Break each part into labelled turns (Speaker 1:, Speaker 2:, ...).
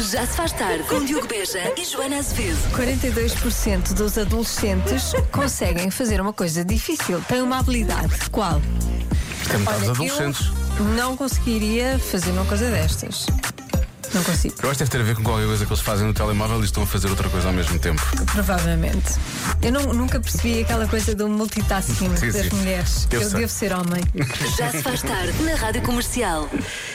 Speaker 1: Já se faz tarde com Diogo Beja e Joana Azevedo.
Speaker 2: 42% dos adolescentes conseguem fazer uma coisa difícil. Têm uma habilidade. Qual?
Speaker 3: Tem metade
Speaker 2: Olha,
Speaker 3: dos adolescentes.
Speaker 2: Eu não conseguiria fazer uma coisa destas. Não consigo,
Speaker 3: Eu acho que deve ter a ver com qualquer coisa que eles fazem no telemóvel e estão a fazer outra coisa ao mesmo tempo.
Speaker 2: provavelmente. Eu não- nunca percebi aquela coisa do multitasking
Speaker 3: Sim,
Speaker 2: das
Speaker 3: sim.
Speaker 2: mulheres.
Speaker 3: Eu
Speaker 2: Eu,
Speaker 3: sei.
Speaker 2: devo ser homem.
Speaker 1: Já se faz tarde na Rádio Comercial.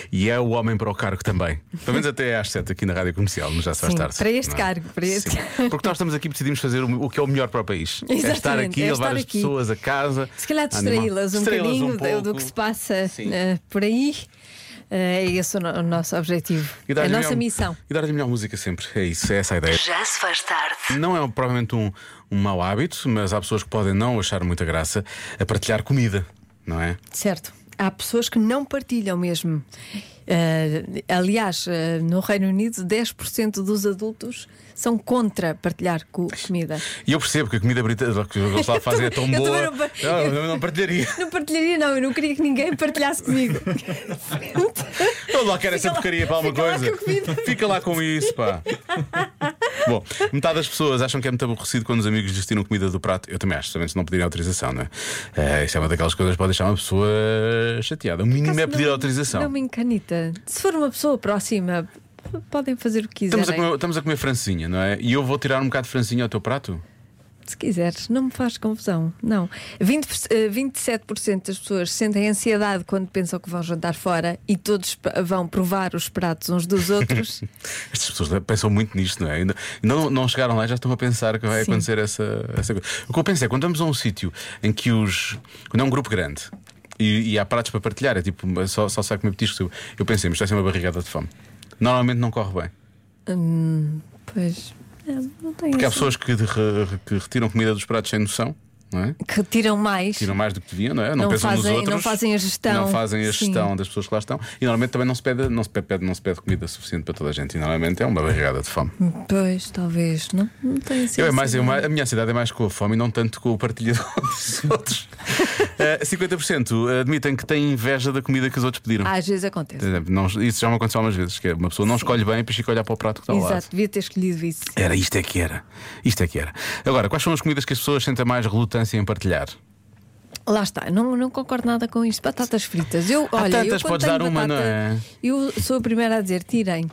Speaker 3: E é o homem para o cargo também. Pelo menos até às 7 aqui na Rádio Comercial, mas já se faz
Speaker 2: Sim,
Speaker 3: tarde.
Speaker 2: para este
Speaker 3: não é?
Speaker 2: cargo, para este
Speaker 3: Sim.
Speaker 2: cargo.
Speaker 3: Porque nós estamos aqui decidimos fazer o o que é o melhor para o país. é
Speaker 2: Exatamente,
Speaker 3: estar aqui,
Speaker 2: é
Speaker 3: levar
Speaker 2: estar
Speaker 3: as
Speaker 2: aqui.
Speaker 3: pessoas a casa.
Speaker 2: Se calhar
Speaker 3: animar-
Speaker 2: distraí-las um
Speaker 3: distraí-las
Speaker 2: bocadinho do- do
Speaker 3: pouco.
Speaker 2: que se passa
Speaker 3: Sim.
Speaker 2: eh, por aí. Eh, é esse o, no- o nosso objetivo.
Speaker 3: E
Speaker 2: a
Speaker 3: dar-lhe
Speaker 2: nossa
Speaker 3: melhor-
Speaker 2: missão.
Speaker 3: E dar-lhe melhor música sempre. É isso, é essa a ideia.
Speaker 1: Já se faz tarde.
Speaker 3: Não é provavelmente um, um mau hábito, mas há pessoas que podem não achar muita graça a partilhar comida, não é?
Speaker 2: Certo. Há pessoas que não partilham mesmo. Eh, aliás, eh, no Reino Unido, 10% dos adultos são contra partilhar co- comida.
Speaker 3: E eu percebo que a comida britânica que eles lá fazem é tão
Speaker 2: Eu
Speaker 3: boa.
Speaker 2: também não par-
Speaker 3: Não, eu não partilharia.
Speaker 2: Não partilharia, não, eu não queria que ninguém partilhasse comigo.
Speaker 3: Eu lá quero essa
Speaker 2: lá-
Speaker 3: porcaria para alguma
Speaker 2: fica lá
Speaker 3: coisa.
Speaker 2: com a comida.
Speaker 3: Fica lá com isso, pá. Bom, metade das pessoas acham que é muito aborrecido quando os amigos destinam comida do prato. Eu também acho, também se não pedirem autorização, não é? Eh, isso é uma daquelas coisas que pode deixar uma pessoa chateada. O mínimo é
Speaker 2: Não-
Speaker 3: pedir autorização.
Speaker 2: Não me encanita. Se for uma pessoa próxima, p- podem fazer o que quiserem.
Speaker 3: Estamos a, comer, estamos a comer francinha, não é? E eu vou tirar um bocado de francinha ao teu prato?
Speaker 2: Se quiseres, não me faz confusão. Não. 20%, eh, 27% das pessoas sentem ansiedade quando pensam que vão jantar fora e todos pa- vão provar os pratos uns dos outros.
Speaker 3: Estas pessoas pensam muito nisto, não é? Ainda ainda não, não chegaram lá e já estão a pensar que vai
Speaker 2: Sim.
Speaker 3: acontecer essa, essa coisa. O que eu penso é quando vamos a um sítio em que os. quando é um grupo grande e, e há pratos para partilhar, é tipo, só, só sai comer petisco. Eu- Eu pensei, mas isto vai ser uma barrigada de fome. Normalmente não corre bem.
Speaker 2: pois. é, Não tem
Speaker 3: Porque há
Speaker 2: assim.
Speaker 3: pessoas que, de- re- que retiram comida dos pratos sem noção, não é?
Speaker 2: que retiram mais.
Speaker 3: Tiram mais do que deviam, não é?
Speaker 2: Não
Speaker 3: pensam nos
Speaker 2: fazem-
Speaker 3: outros.
Speaker 2: não fazem a gestão.
Speaker 3: Não fazem
Speaker 2: Sim.
Speaker 3: a gestão das pessoas que lá estão. E normalmente também não se pede, não se pede, pede- não se pede comida suficiente para toda a gente. E normalmente é uma barrigada de fome.
Speaker 2: Pois, talvez. Não, não tem assim.
Speaker 3: Eu é mais, eu
Speaker 2: assim,
Speaker 3: mais- a minha ansiedade é mais com a fome e não tanto com o partilho dos outros. Eh, 50% admitem que têm inveja da comida que os outros pediram.
Speaker 2: não. Às vezes
Speaker 3: Por
Speaker 2: acontece.
Speaker 3: exemplo, não- isso já me aconteceu algumas vezes, que é uma pessoa não escolhe bem e depois fica a olhar para o prato que está ao lado.
Speaker 2: Exato, devia ter escolhido isso.
Speaker 3: Era isto é que era. Isto é que era. Agora, quais são as comidas que as pessoas sentem mais relutância em partilhar?
Speaker 2: Lá está, não, não concordo nada com isto. Batatas fritas. Eu, olha, eu
Speaker 3: tantas,
Speaker 2: quando
Speaker 3: podes
Speaker 2: tenho
Speaker 3: dar uma, não
Speaker 2: batata-
Speaker 3: é?
Speaker 2: Eu sou a primeira a dizer, tirem.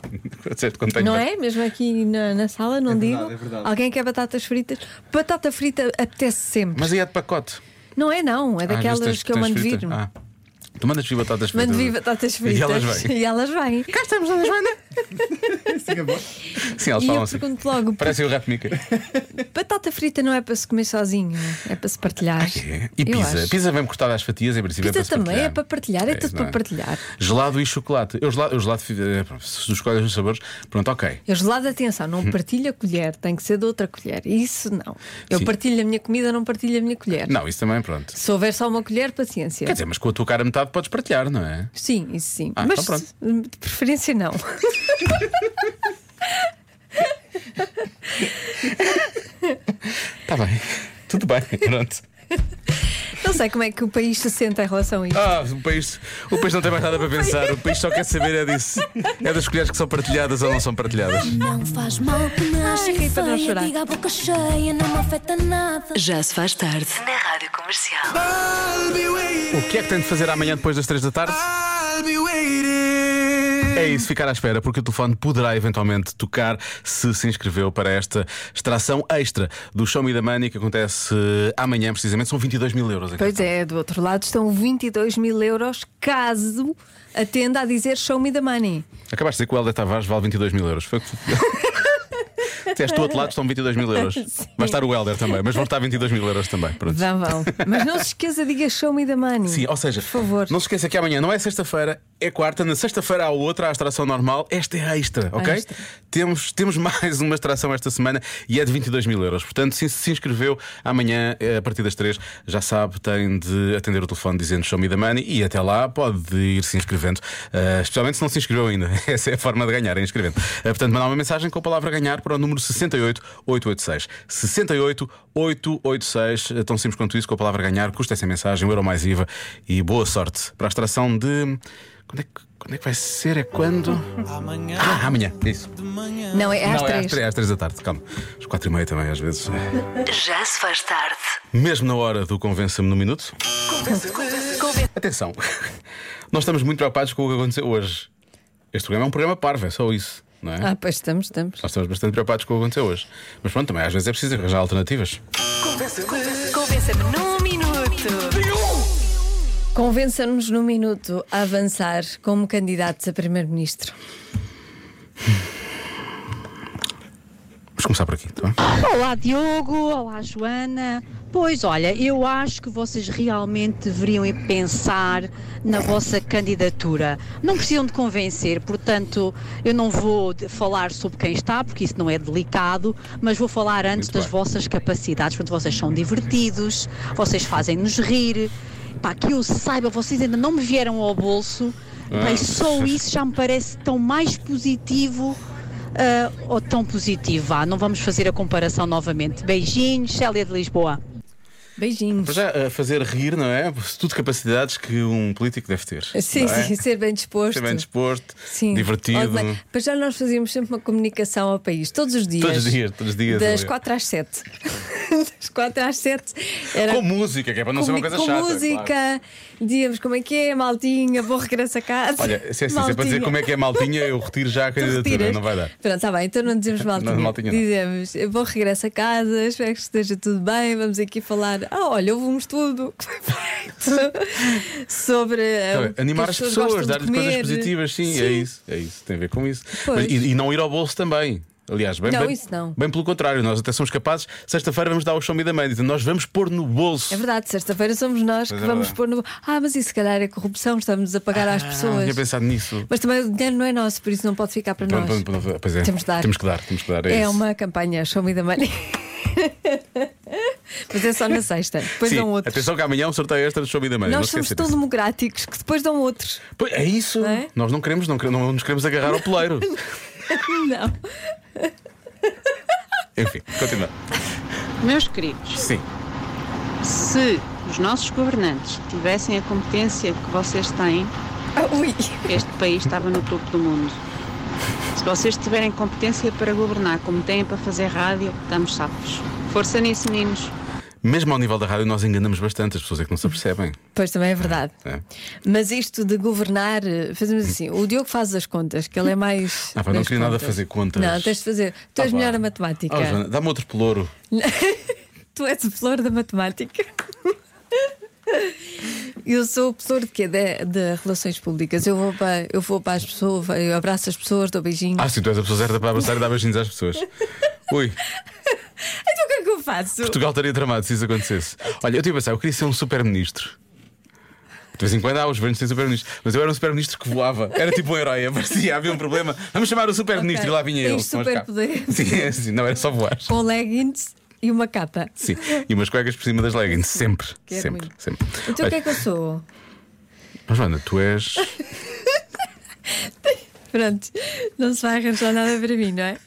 Speaker 3: Certo, quando tenho-
Speaker 2: Não é? Mesmo aqui na, na sala, não digo.
Speaker 4: verdade, é verdade.
Speaker 2: Alguém quer batatas fritas? Batata frita apetece sempre.
Speaker 3: Mas aí é de pacote.
Speaker 2: Não é, não. É
Speaker 3: Ah, às vezes tens-
Speaker 2: daquelas que eu
Speaker 3: tens
Speaker 2: mando
Speaker 3: fritas.
Speaker 2: vir.
Speaker 3: Ah. Tu mandas vir batatas fritas.
Speaker 2: Mando vir batatas fritas.
Speaker 3: E elas vêm.
Speaker 2: E elas vêm.
Speaker 3: Cá estamos, Ana Joana. Sim, elas
Speaker 2: E
Speaker 3: falam
Speaker 2: eu
Speaker 3: assim.
Speaker 2: pergunto logo:
Speaker 3: Parecem o Rap Mica.
Speaker 2: batata frita não é para se comer sozinho, é para se partilhar.
Speaker 3: É. E
Speaker 2: Eu
Speaker 3: pizza?
Speaker 2: acho.
Speaker 3: Pizza vem cortada às fatias, em princípio.
Speaker 2: Pizza
Speaker 3: é para se
Speaker 2: também
Speaker 3: partilhar.
Speaker 2: é para partilhar, é tudo
Speaker 3: não
Speaker 2: para partilhar.
Speaker 3: Gelado e chocolate. Eu gelado, eu gelado eh, se tu escolhes os sabores, pronto, ok.
Speaker 2: Eu gelado, atenção,
Speaker 3: Hum.
Speaker 2: não partilho a colher, tem que ser de outra colher. Isso não. Eu
Speaker 3: Sim.
Speaker 2: partilho a minha comida, não partilho a minha colher.
Speaker 3: Não, isso também, pronto.
Speaker 2: Se houver só uma colher, paciência.
Speaker 3: Quer dizer, mas com a tua cara a metade podes partilhar, não é?
Speaker 2: Sim, isso sim.
Speaker 3: Ah,
Speaker 2: Mas
Speaker 3: então pronto.
Speaker 2: hum, de preferência não.
Speaker 3: Está Tá bem. Tudo bem, pronto.
Speaker 2: Não sei como é que o país se sente em relação a isto.
Speaker 3: Ah, o país, o país não tem mais nada para pensar. O país só quer saber é disso. É das colheres que são partilhadas ou não são partilhadas.
Speaker 5: Não faz mal que nasce
Speaker 2: Ai, para não
Speaker 5: feia,
Speaker 2: chorar.
Speaker 5: diga a boca cheia, não me afeta nada.
Speaker 1: Já se faz tarde na Rádio Comercial.
Speaker 3: O que é que tem de fazer amanhã depois das 3 da tarde? É isso, ficar à espera, porque o telefone poderá eventualmente tocar se se inscreveu para esta extração extra do Show Me the Money que acontece eh, amanhã, precisamente. São 22 mil euros aqui.
Speaker 2: Pois é, do outro lado estão 22 mil euros caso atenda a dizer show me the money.
Speaker 3: Acabaste de dizer que o Helder Tavares vale 22 mil euros. Foi o que tu- Disseste do outro lado estão 22 mil euros. Vai estar o Helder também, mas vão estar 22 mil euros também. Pronto.
Speaker 2: Vão, vão. Mas não se esqueça, diga show me the money.
Speaker 3: Sim, ou seja,
Speaker 2: por favor.
Speaker 3: não se esqueça que amanhã não é sexta-feira, é quarta, na sexta-feira há outra, a extração normal, esta é a extra, ok?
Speaker 2: extra.
Speaker 3: Temos, temos mais uma extração esta semana e é de 22 mil euros. Portanto, se se inscreveu amanhã, eh, a partir das três já sabe, tem de atender o telefone dizendo show me the money e até lá pode ir se inscrevendo, eh, especialmente se não se inscreveu ainda. Essa é a forma de ganhar, é inscrevendo. Eh, Portanto, mandar uma mensagem com a palavra ganhar para o número 68886. 68886. Eh, Tão simples um quanto isso, com a palavra ganhar, custa essa mensagem, o euro mais IVA e boa sorte para a extração de. Quando é que, quando é que vai ser? É quando? Amanhã. Ah, amanhã, é isso.
Speaker 2: Não, é às
Speaker 3: Não, é às
Speaker 2: três.
Speaker 3: três, às três da tarde, calma. Às quatro e meia também, às vezes.
Speaker 1: Já se faz tarde.
Speaker 3: Mesmo na hora do Convença-me no Minuto. Atenção, nós estamos muito preocupados com o que aconteceu hoje. Este programa é um programa parvo, é só isso, não é?
Speaker 2: Ah, pois estamos, estamos.
Speaker 3: Nós estamos bastante preocupados com o que aconteceu hoje. Mas pronto, também às vezes é preciso arranjar alternativas.
Speaker 1: Convença-me num minuto.
Speaker 2: Convença-nos num minuto a avançar como candidatos a primeiro-ministro.
Speaker 3: Vamos começar por aqui, tá bem?
Speaker 4: Olá Diogo, olá Joana. Pois olha, eu acho que vocês realmente deveriam ir pensar na vossa candidatura. Não precisam de convencer, portanto, eu não vou de- falar sobre quem está, porque isso não é delicado, mas vou falar antes
Speaker 3: Muito
Speaker 4: das
Speaker 3: bem.
Speaker 4: vossas capacidades. Portanto, vocês são divertidos, vocês fazem-nos rir. Pá, que eu saiba, vocês ainda não me vieram ao bolso, mas só isso já me parece tão mais positivo ah, ou tão positivo. Vá, não vamos fazer a comparação novamente. Beijinhos, Célia de Lisboa.
Speaker 2: Beijinhos.
Speaker 3: Para já eh, fazer rir, não é? Tudo capacidades que um político deve ter.
Speaker 2: Sim,
Speaker 3: não é?
Speaker 2: sim, ser bem disposto.
Speaker 3: Ser bem disposto,
Speaker 2: Sim.
Speaker 3: divertido.
Speaker 2: Olha, Para já nós fazíamos sempre uma comunicação ao país, todos os dias.
Speaker 3: Todos os dias, todos os dias,
Speaker 2: Das
Speaker 3: aliás.
Speaker 2: 4 às 7. das 4 às 7 era.
Speaker 3: Com música, que é para não ser uma
Speaker 2: comi- com
Speaker 3: coisa chata.
Speaker 2: música,
Speaker 3: claro.
Speaker 2: dizíamos como é que é, maldinha, bom regresso a casa.
Speaker 3: Olha, se é, assim, se é para dizer
Speaker 2: Maldinha.
Speaker 3: como é que é maldinha, eu retiro já a
Speaker 2: Tu
Speaker 3: candidatura,
Speaker 2: retiras.
Speaker 3: não vai dar.
Speaker 2: Pronto, está bem, então não dizemos maldinha.
Speaker 3: Não, maldinha não.
Speaker 2: dizemos bom regresso a casa, espero que esteja tudo bem. Vamos aqui falar. Ah, olha, houve um estudo que foi feito sobre. eh,
Speaker 3: Tá bem,
Speaker 2: o que
Speaker 3: Animar as
Speaker 2: gostam
Speaker 3: pessoas,
Speaker 2: de
Speaker 3: dar-lhes coisas
Speaker 2: comer.
Speaker 3: positivas, sim, é isso, é isso, tem a ver com isso.
Speaker 2: Pois.
Speaker 3: Mas- e, e não ir ao bolso também. Aliás, bem,
Speaker 2: Não,
Speaker 3: bem,
Speaker 2: isso não.
Speaker 3: bem pelo contrário, nós até somos capazes. Sexta-feira vamos dar o show me da mãe, então nós vamos pôr no bolso.
Speaker 2: É verdade, sexta-feira somos nós
Speaker 3: Pois
Speaker 2: que
Speaker 3: é
Speaker 2: vamos
Speaker 3: verdade. Ah,
Speaker 2: pôr no. Ah, mas isso se calhar é corrupção, estamos a pagar às
Speaker 3: Não
Speaker 2: pessoas.
Speaker 3: tinha pensado nisso.
Speaker 2: Mas também o dinheiro não é nosso, por isso não pode ficar para
Speaker 3: Pronto,
Speaker 2: nós.
Speaker 3: pronto, pronto, pois é.
Speaker 2: Temos de dar.
Speaker 3: Temos que dar, temos que dar. É,
Speaker 2: é
Speaker 3: isso.
Speaker 2: uma campanha, show me the money. mas é só na sexta, depois
Speaker 3: Sim,
Speaker 2: dão outros.
Speaker 3: atenção que amanhã é um sorteio extra do show me da mãe. não
Speaker 2: Nós
Speaker 3: se
Speaker 2: somos
Speaker 3: esqueça
Speaker 2: tão
Speaker 3: disso.
Speaker 2: democráticos que depois dão outros.
Speaker 3: Pois, É isso.
Speaker 2: Não é?
Speaker 3: Nós não queremos, não, queremos- não nos queremos agarrar ao poleiro.
Speaker 2: Não.
Speaker 3: Enfim, continua.
Speaker 6: Meus queridos,
Speaker 3: Sim.
Speaker 6: se os nossos governantes tivessem a competência que vocês têm,
Speaker 2: Ah, ui.
Speaker 6: este país estava no topo do mundo. Se vocês tiverem competência para governar, como têm para fazer rádio, estamos safos. Força nisso, meninos.
Speaker 3: Mesmo ao nível da rádio, nós enganamos bastante, as pessoas é que não se apercebem.
Speaker 2: Pois também é verdade.
Speaker 3: É. Hum.
Speaker 2: Mas isto de governar, eh, fazemos assim: o Diogo faz as contas, que ele é mais.
Speaker 3: Ah, pá, não
Speaker 2: das
Speaker 3: queria nada
Speaker 2: contas.
Speaker 3: fazer contas.
Speaker 2: Não, tens de fazer. Tu
Speaker 3: Ah,
Speaker 2: és
Speaker 3: pá.
Speaker 2: melhor a matemática.
Speaker 3: Oh, Joana, dá-me outro pelouro.
Speaker 2: Tu és o flor da matemática. Eu sou o pessoa de quê? De, de relações públicas. Eu vou, para, eu vou para as pessoas, eu abraço as pessoas, dou beijinhos.
Speaker 3: Ah, sim, tu és a pessoa certa para abraçar e dar beijinhos às pessoas. Ui,
Speaker 2: Então o que é que eu faço?
Speaker 3: Portugal estaria tramado se isso acontecesse. Olha, eu tive a pensar, eu queria ser um super-ministro. De vez em quando há os governos têm super-ministro, mas eu era um super-ministro que voava, era tipo um herói, aparecia, havia um problema, vamos chamar o super-ministro
Speaker 2: Ok.
Speaker 3: e lá vinha ele.
Speaker 2: Tens superpoderes.
Speaker 3: Sim, é assim, não era só voar.
Speaker 2: Com leggings e uma capa.
Speaker 3: Sim, e umas cuecas por cima das leggings, sempre,
Speaker 2: Quero
Speaker 3: sempre,
Speaker 2: muito.
Speaker 3: sempre.
Speaker 2: Então o que é que eu sou?
Speaker 3: Mas Joana, tu és.
Speaker 2: Pronto, não se vai arranjar nada para mim, não é?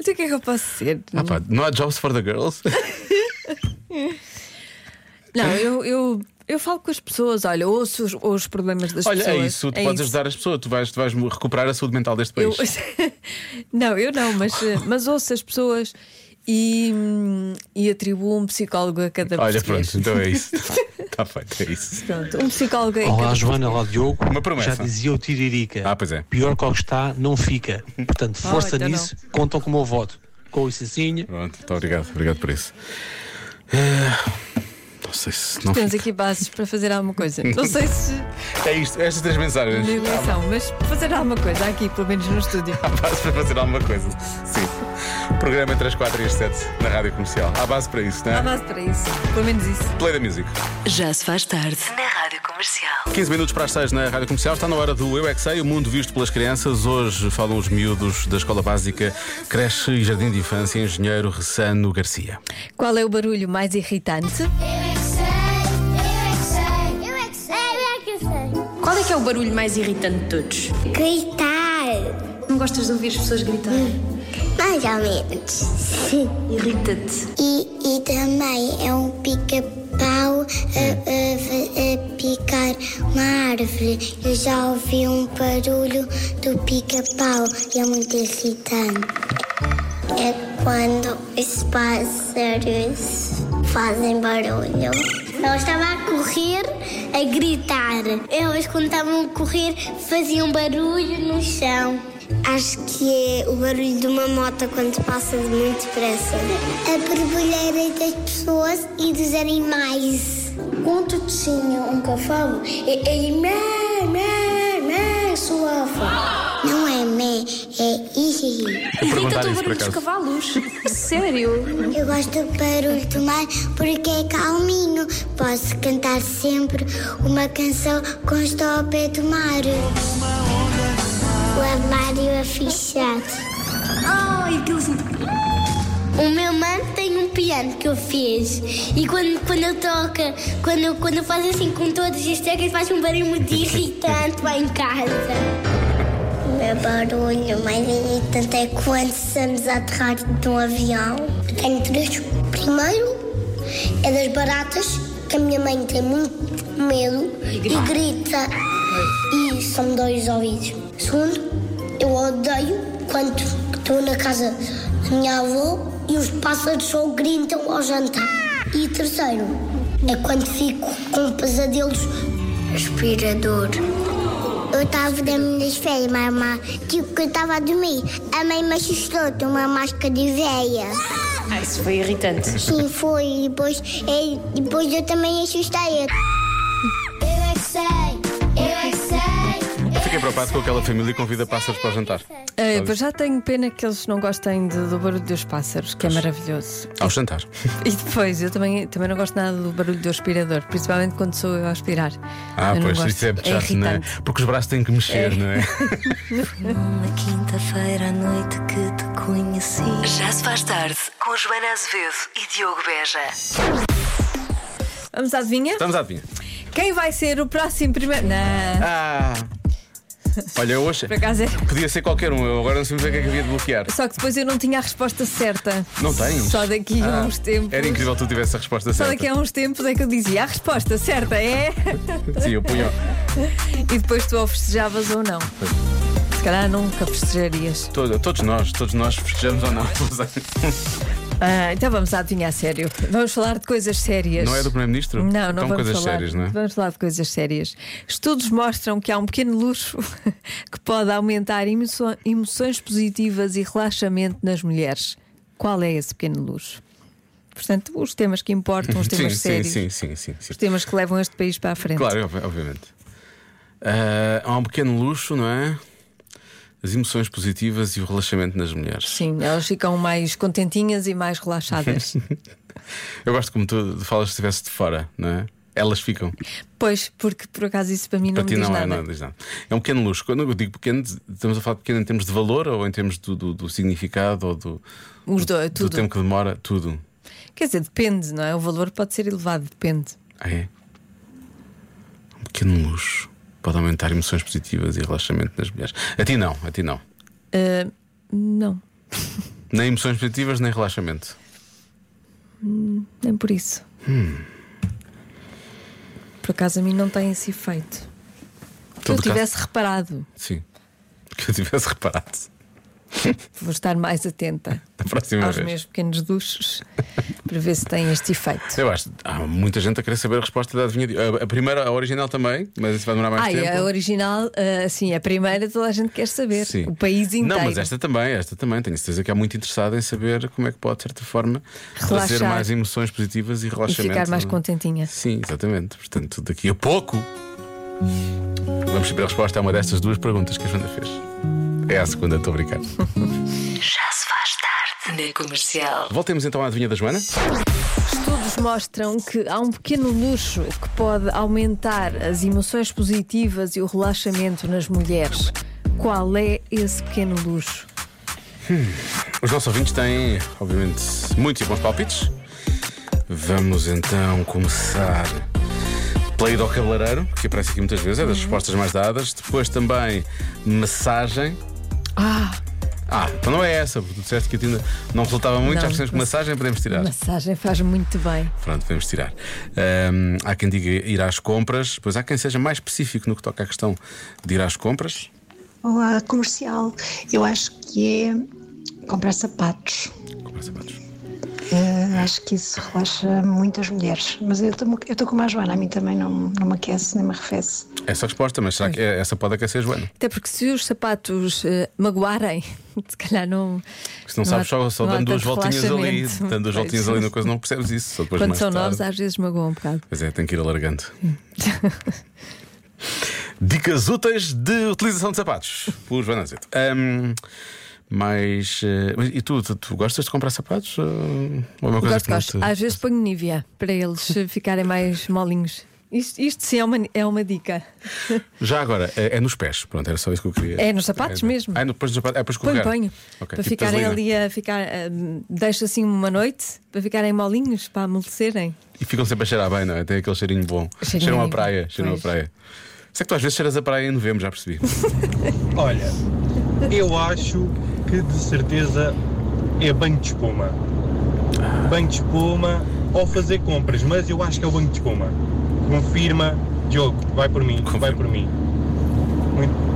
Speaker 2: Então o que é que eu posso ser?
Speaker 3: Ah, pá, não há jobs for the girls?
Speaker 2: Não, eu, eu, eu falo com as pessoas, olha, ouço os, os problemas das
Speaker 3: Olha,
Speaker 2: pessoas.
Speaker 3: é isso, tu
Speaker 2: é
Speaker 3: podes
Speaker 2: isso.
Speaker 3: ajudar as pessoas, tu vais, tu vais recuperar a saúde mental deste
Speaker 2: Eu-
Speaker 3: país.
Speaker 2: não, eu não, mas, eh, mas ouço as pessoas e, hum, e atribuo um psicólogo a cada
Speaker 3: Olha,
Speaker 2: português.
Speaker 3: pronto, então é isso. Está feito, é isso.
Speaker 2: Pronto, um psicólogo a
Speaker 7: Olá
Speaker 2: cada
Speaker 7: Joana, olá Diogo.
Speaker 3: Uma promessa.
Speaker 7: Já dizia o Tiririca.
Speaker 3: Ah, pois é.
Speaker 7: Pior que o que está, não fica. Portanto, força
Speaker 2: então não.
Speaker 7: nisso, contam com o meu voto. Com licencinha.
Speaker 3: Pronto, está obrigado, obrigado por isso. Eh, Não sei se não
Speaker 2: Temos
Speaker 3: fica.
Speaker 2: aqui bases para fazer alguma coisa. Não sei se
Speaker 3: É isto, estas três mensagens.
Speaker 2: na eleição, mas fazer alguma coisa aqui, pelo menos no estúdio.
Speaker 3: Há base para fazer alguma coisa. Sim. Programa entre as 4 e as 7 na rádio comercial. Há base para isso, não
Speaker 2: Há
Speaker 3: é?
Speaker 2: base para isso, pelo menos isso.
Speaker 3: Play da music.
Speaker 1: Já se faz tarde. Na Rádio Comercial.
Speaker 3: 15 minutos para as 6 na Rádio Comercial, está na hora do Eu é Que Sei, o mundo visto pelas crianças. Hoje falam os miúdos da Escola Básica Creche e Jardim de Infância, Engenheiro Ressano Garcia.
Speaker 2: Qual é o barulho mais irritante?
Speaker 8: Qual é que é o barulho mais irritante de todos?
Speaker 9: Gritar.
Speaker 1: É,
Speaker 8: Não gostas de ouvir as pessoas gritarem? Mais ou menos.
Speaker 1: Irrita-te.
Speaker 8: E, e também é um pica-pau a, a v- a picar uma árvore. Eu já ouvi um barulho do pica-pau e é muito irritante. É quando os pássaros fazem barulho. Eu estava a correr, a gritar. Eles, quando estavam a correr, faziam barulho no chão. Acho que é o barulho de uma moto quando passa de muito depressa. A borbulheira das pessoas e dos animais. Quando tinha um cavalo, ele mé, mé, mé, suava. Não é mé, é ih.
Speaker 3: Eu
Speaker 9: Irrita-te
Speaker 3: perguntar
Speaker 9: o
Speaker 3: isso por
Speaker 9: barulho dos
Speaker 3: acaso.
Speaker 9: cavalos. Sério?
Speaker 8: Eu gosto do barulho do mar porque é calminho. Posso cantar sempre uma canção quando estou ao pé do mar. O armário é fechado.
Speaker 5: Ai, aquele som.
Speaker 8: O meu mano tem um piano que eu fiz e quando, quando ele toca, quando, eu- quando eu faço assim com todas as teclas, faz um barulho muito irritante lá em casa. O meu barulho mais irritante é quando estamos a aterrar de um avião. Eu tenho três. Primeiro é das baratas, que a minha mãe tem muito medo e grita. E são dois ouvidos. Segundo, eu odeio quando estou na casa da minha avó e os pássaros só gritam ao jantar. E terceiro, é quando fico com pesadelos. Respirador. Eu estava na minha férias, mamãe. Tipo, que eu estava a dormir. A mãe me assustou de uma máscara de veia.
Speaker 9: Ah, isso foi irritante.
Speaker 8: Sim, foi. E depois, é, e depois eu também assustei. Eu é que sei, eu é que sei.
Speaker 3: Fiquei preocupado com aquela família que convida pássaros para o jantar.
Speaker 2: Eh, pois já tenho pena que eles não gostem de- do barulho dos pássaros, que é maravilhoso.
Speaker 3: Ao jantar.
Speaker 2: E depois, eu também, também não gosto nada do barulho do aspirador, principalmente quando sou eu a aspirar.
Speaker 3: Ah,
Speaker 2: Eu não
Speaker 3: pois,
Speaker 2: gosto.
Speaker 3: isso é chato, não é?
Speaker 2: irritante.
Speaker 3: Porque os braços têm que mexer, não é?
Speaker 1: Na quinta-feira à noite que te conheci. Já se faz tarde com Joana Azevedo e Diogo Beja.
Speaker 2: Vamos adivinhar?
Speaker 3: Estamos à adivinha.
Speaker 2: Quem vai ser o próximo primeiro. Não,
Speaker 3: Ah! Olha, eu hoje
Speaker 2: por acaso é.
Speaker 3: podia ser qualquer um, eu agora não sei muito bem o que é que havia de bloquear.
Speaker 2: Só que depois eu não tinha a resposta certa.
Speaker 3: Não tens?
Speaker 2: Só daqui a
Speaker 3: Ah,
Speaker 2: uns tempos.
Speaker 3: Era incrível que tu tivesse a resposta
Speaker 2: Só
Speaker 3: certa.
Speaker 2: daqui a uns tempos é que eu dizia a resposta certa é.
Speaker 3: Sim, eu punho.
Speaker 2: E depois tu ou festejavas ou não. Se calhar nunca festejarias.
Speaker 3: Todo- Todos nós, todos nós festejamos ou não.
Speaker 2: Ah, então vamos adivinhar a sério. Vamos falar de coisas sérias.
Speaker 3: Não é do Primeiro-Ministro?
Speaker 2: Não, não
Speaker 3: Então,
Speaker 2: vamos
Speaker 3: coisas
Speaker 2: falar.
Speaker 3: sérias, não é?
Speaker 2: Vamos falar de coisas sérias. Estudos mostram que há um pequeno luxo que pode aumentar emoço- emoções positivas e relaxamento nas mulheres. Qual é esse pequeno luxo? Portanto, os temas que importam, os
Speaker 3: Sim,
Speaker 2: temas
Speaker 3: sim,
Speaker 2: sérios,
Speaker 3: sim, sim, sim, sim.
Speaker 2: os temas que levam este país para a frente.
Speaker 3: Claro, obvi- obviamente. Ah, há um pequeno luxo, não é? As emoções positivas e o relaxamento nas mulheres.
Speaker 2: Sim, elas ficam mais contentinhas e mais relaxadas.
Speaker 3: Eu gosto como tu falas se estivesse de fora, não é? Elas ficam.
Speaker 2: pois, porque por acaso isso para mim não
Speaker 3: Para
Speaker 2: me
Speaker 3: ti
Speaker 2: diz
Speaker 3: não é,
Speaker 2: nada.
Speaker 3: não diz nada. É um pequeno luxo. Quando eu digo pequeno, estamos a falar de pequeno em termos de valor ou em termos do, do- do significado ou do,
Speaker 2: Os dois,
Speaker 3: do
Speaker 2: tudo.
Speaker 3: tempo que demora? Tudo.
Speaker 2: Quer dizer, depende, não é? O valor pode ser elevado, depende.
Speaker 3: Ah, é? Um pequeno luxo. Pode aumentar emoções positivas e relaxamento nas mulheres. A ti não, a ti não.
Speaker 2: Ah, não,
Speaker 3: Nem emoções positivas, nem relaxamento.
Speaker 2: nem por isso.
Speaker 3: Hum.
Speaker 2: Por acaso a mim não tem esse efeito. Que eu
Speaker 3: Todo caso-
Speaker 2: tivesse reparado,
Speaker 3: Sim. Que eu tivesse reparado.
Speaker 2: vou estar mais atenta
Speaker 3: Da próxima
Speaker 2: aos
Speaker 3: vez.
Speaker 2: meus pequenos duchos para ver se tem este efeito.
Speaker 3: Eu acho. Há muita gente a querer saber a resposta da adivinha. de- A, a primeira, a original também, mas isso vai demorar mais
Speaker 2: Ah, e
Speaker 3: tempo.
Speaker 2: a original, ah, assim, a primeira toda a gente quer saber.
Speaker 3: Sim.
Speaker 2: O país inteiro.
Speaker 3: Não, mas esta também, esta também. Tenho certeza que há muito interessado em saber como é que pode, de certa forma, trazer
Speaker 2: Relaxar.
Speaker 3: mais emoções positivas e
Speaker 2: E
Speaker 3: relaxamento.
Speaker 2: ficar mais
Speaker 3: não é?
Speaker 2: contentinha.
Speaker 3: Sim, exatamente. Portanto, daqui a pouco vamos saber a resposta a uma destas duas perguntas que a Joana fez. É a segunda, estou a brincar.
Speaker 1: Já se faz tarde na comercial.
Speaker 3: Voltemos então à adivinha da Joana.
Speaker 2: Estudos mostram que há um pequeno luxo que pode aumentar as emoções positivas e o relaxamento nas mulheres. Qual é esse pequeno luxo?
Speaker 3: Os nossos ouvintes têm, obviamente, muitos e bons palpites. Vamos então começar. Play ao cabeleireiro, que aparece aqui
Speaker 2: Uhum.
Speaker 3: muitas vezes, é das respostas mais dadas. Depois também massagem.
Speaker 2: Ah,
Speaker 3: Ah, então não é essa, porque tu disseste que a Tina não resultava muito,
Speaker 2: Não,
Speaker 3: já precisamos de
Speaker 2: mas-
Speaker 3: massagem, podemos tirar.
Speaker 2: Massagem faz muito bem.
Speaker 3: Pronto, podemos tirar. Ahm, há quem diga ir às compras, pois há quem seja mais específico no que toca à questão de ir às compras.
Speaker 10: Olá, comercial. Eu acho que é comprar sapatos.
Speaker 3: Comprar sapatos.
Speaker 10: Eh, acho que isso relaxa muitas mulheres. Mas eu estou como a Joana, a mim também não, não me aquece nem me arrefece.
Speaker 3: Essa resposta, mas será que é- essa pode aquecer, Joana?
Speaker 2: Até porque se os sapatos eh, magoarem, se calhar não.
Speaker 3: Se não,
Speaker 2: há-
Speaker 3: sabes, só, só
Speaker 2: não há
Speaker 3: dando duas
Speaker 2: tanto
Speaker 3: voltinhas ali,
Speaker 2: relaxamento.
Speaker 3: dando duas
Speaker 2: Pois.
Speaker 3: voltinhas ali na coisa, não percebes isso. Só depois
Speaker 2: Quando
Speaker 3: mais
Speaker 2: são
Speaker 3: tarde.
Speaker 2: novos, às vezes magoam um bocado.
Speaker 3: Pois é, tem que ir alargando. Dicas úteis de utilização de sapatos, por Joana Azevedo. Ahm, mas, eh, mas e tu, tu, tu gostas de comprar sapatos? Ou ou é uma coisa
Speaker 2: Gosto,
Speaker 3: que não
Speaker 2: gosto. Ah.
Speaker 3: te-
Speaker 2: Às vezes ponho Nivea para eles eh, ficarem mais molinhos. Isto, isto sim é uma, é uma dica.
Speaker 3: Já agora, é, é nos pés. Pronto, era só isso que eu queria.
Speaker 2: É nos sapatos mesmo.
Speaker 3: Ah, no, depois nos sapatos. É para
Speaker 2: Ponho,
Speaker 3: escorregar.
Speaker 2: ponho.
Speaker 3: Ok,
Speaker 2: Para
Speaker 3: tipo
Speaker 2: ficarem
Speaker 3: vaselina.
Speaker 2: ali a ficar. eh, deixo assim uma noite para ficarem molinhos, para amolecerem.
Speaker 3: E ficam sempre a cheirar bem, não é? Tem aquele cheirinho bom.
Speaker 2: Cheirinho.
Speaker 3: Cheiram à praia. Cheiram à
Speaker 2: Pois.
Speaker 3: praia. Sei que tu às vezes cheiras a praia em novembro, já percebi.
Speaker 11: Olha, eu acho que de certeza é banho de espuma. Banho de espuma ou fazer compras, mas eu acho que é o banho de espuma. Confirma, Diogo, vai por mim, vai por mim. Muito-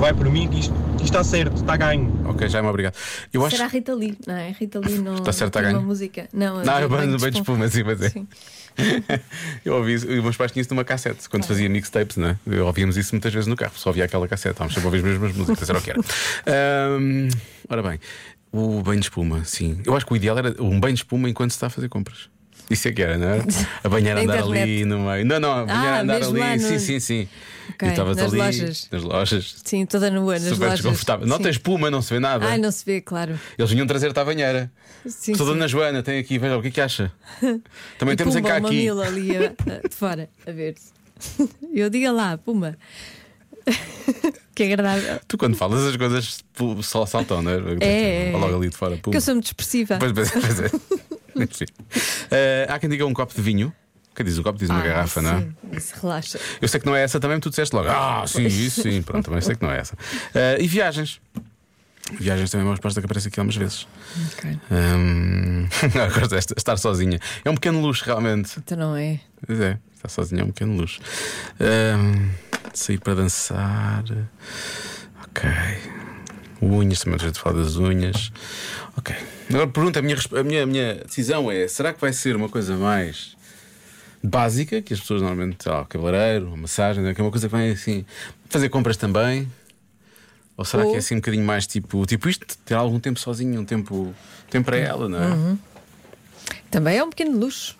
Speaker 11: Vai por mim que isto, que isto está certo, está ganho.
Speaker 3: ok, já me obrigado. Eu acho
Speaker 2: Será Rita Lee? Não, é Rita Lee não.
Speaker 3: Está certo,
Speaker 2: não
Speaker 3: está
Speaker 2: tem
Speaker 3: ganho.
Speaker 2: uma música. Não,
Speaker 3: Não,
Speaker 2: é
Speaker 3: eu bando
Speaker 2: de
Speaker 3: bem de espuma, sim, mas é.
Speaker 2: Sim.
Speaker 3: eu ouvi isso, os meus pais tinham isso numa cassete,
Speaker 2: Ah.
Speaker 3: quando fazia mixtapes, né? Eu ouvíamos isso muitas vezes no carro, só ouvia aquela cassete, estávamos sempre a ouvir as mesmas músicas, era o que era. Ahm, ora bem, o banho de espuma, sim. Eu acho que o ideal era um banho de espuma enquanto se está a fazer compras. Isso é que era, não era? A
Speaker 2: Na
Speaker 3: banheira andar
Speaker 2: internet.
Speaker 3: ali no meio. Não, não, a banheira
Speaker 2: Ah,
Speaker 3: andar
Speaker 2: mesmo
Speaker 3: ali.
Speaker 2: lá no-
Speaker 3: Sim, sim, sim.
Speaker 2: Ok,
Speaker 3: E estavas
Speaker 2: nas
Speaker 3: ali
Speaker 2: lojas.
Speaker 3: nas lojas.
Speaker 2: Sim, toda nua nas
Speaker 3: super
Speaker 2: lojas.
Speaker 3: desconfortável. Não
Speaker 2: Sim.
Speaker 3: tem espuma, não se vê nada.
Speaker 2: Ai, não se vê, claro.
Speaker 3: Eles vinham trazer-te à banheira.
Speaker 2: Sim,
Speaker 3: Sou
Speaker 2: sim.
Speaker 3: Dona Joana, tem aqui, veja o que é que acha. Também
Speaker 2: E
Speaker 3: temos em
Speaker 2: pumba,
Speaker 3: cá
Speaker 2: uma
Speaker 3: aqui.
Speaker 2: mila ali a- a- de fora, a ver. Eu diga lá, puma. que agradável.
Speaker 3: Tu quando falas as coisas pu- só saltam, não
Speaker 2: É, é.
Speaker 3: Logo ali de fora. pum.
Speaker 2: Porque eu sou muito expressiva.
Speaker 3: Pois, pois, pois é. Enfim. Eh, há quem diga um copo de vinho. Quem diz um copo diz uma
Speaker 2: Ah,
Speaker 3: garrafa, não é?
Speaker 2: sim, Isso relaxa.
Speaker 3: Eu sei que não é essa também, mas tu disseste logo. Ah, sim,
Speaker 2: Pois.
Speaker 3: isso sim. Pronto, também sei que não é essa. Eh, e viagens. Viagens também é uma resposta que aparece aqui algumas vezes.
Speaker 2: Ok.
Speaker 3: Hum, eu gosto desta, estar sozinha. É um pequeno luxo, realmente.
Speaker 2: Então não é.
Speaker 3: Pois é, está sozinho é um pequeno luxo. Ahm, sair para dançar. Ok. Unhas, também já te falo das unhas. Ok. Agora pergunta: a minha, resp- a, minha, a minha decisão é: será que vai ser uma coisa mais básica, que as pessoas normalmente, sei lá, o cabeleireiro, uma massagem, né, que é uma coisa que vem assim, fazer compras também? Ou será que
Speaker 2: Ou-
Speaker 3: é assim um bocadinho mais tipo, tipo isto, ter algum tempo sozinho, um tempo, tempo para ela, não é?
Speaker 2: Também é um pequeno luxo.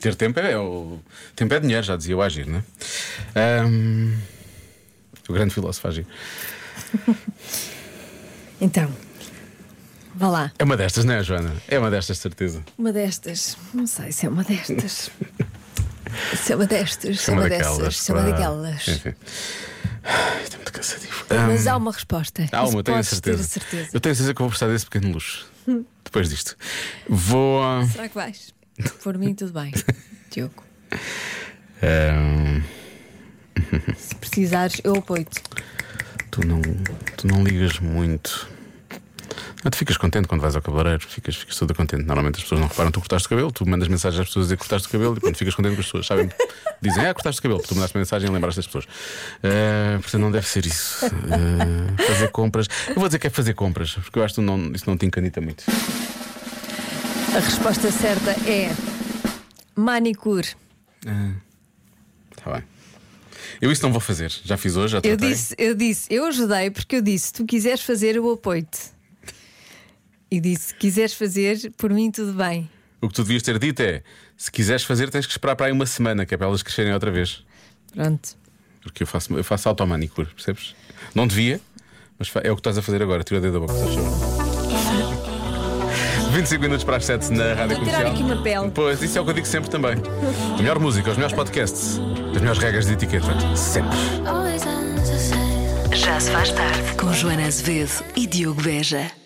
Speaker 3: Ter tempo é, é o tempo é dinheiro, já dizia o Agir, não é? Ahm, O grande filósofo Agir.
Speaker 2: Então, vá lá.
Speaker 3: É uma destas, não é, Joana? É uma destas, de certeza.
Speaker 2: Uma destas. Não sei se é uma destas. se é uma destas, se é uma dessas, se é uma
Speaker 3: pá.
Speaker 2: daquelas.
Speaker 3: Enfim. Ai, está muito cansativo.
Speaker 2: Mas
Speaker 3: Ahm,
Speaker 2: há uma resposta.
Speaker 3: há
Speaker 2: Isso
Speaker 3: uma, tenho a
Speaker 2: podes
Speaker 3: certeza.
Speaker 2: Ter a certeza.
Speaker 3: Eu tenho a certeza que vou prestar desse pequeno luxo. Depois disto. Vou. a-
Speaker 2: Será que vais? Por mim, tudo bem, Diogo.
Speaker 3: Ahm,
Speaker 2: Se precisares, eu apoio-te.
Speaker 3: tu, não, tu não ligas muito. Não, tu ficas contente quando vais ao cabeleireiro, ficas, ficas toda contente. Normalmente as pessoas não reparam, que tu cortaste o cabelo, tu mandas mensagens às pessoas a dizer que cortaste o cabelo e quando ficas contente com as pessoas, sabem? Dizem, ah, cortaste o cabelo, porque tu mandaste mensagem e lembraste as pessoas. Eh, portanto, não deve ser isso. Eh, fazer compras. Eu vou dizer que é fazer compras, porque eu acho que tu não, isso não te encanita muito.
Speaker 2: A resposta certa é manicure.
Speaker 3: Está Tá bem. Eu isso não vou fazer. Já fiz hoje, já
Speaker 2: Eu
Speaker 3: tratei.
Speaker 2: disse, eu disse, eu ajudei porque eu disse: se tu quiseres fazer, eu apoio-te. E disse: se quiseres fazer, por mim tudo bem.
Speaker 3: O que tu devias ter dito é: se quiseres fazer, tens que esperar para aí uma semana, que é para elas crescerem outra vez.
Speaker 2: Pronto.
Speaker 3: Porque eu faço, eu faço automanicure, percebes? Não devia, mas fa- é o que estás a fazer agora. Tira o dedo da boca, estás a 25 minutos para as 7 na Rádio
Speaker 2: Vou tirar
Speaker 3: Comercial.
Speaker 2: aqui uma pele.
Speaker 3: Pois, isso é o que eu digo sempre também. A melhor música, os melhores podcasts, as melhores regras de etiqueta. Sempre.
Speaker 1: Já se faz tarde com Joana Azevedo e Diogo Beja.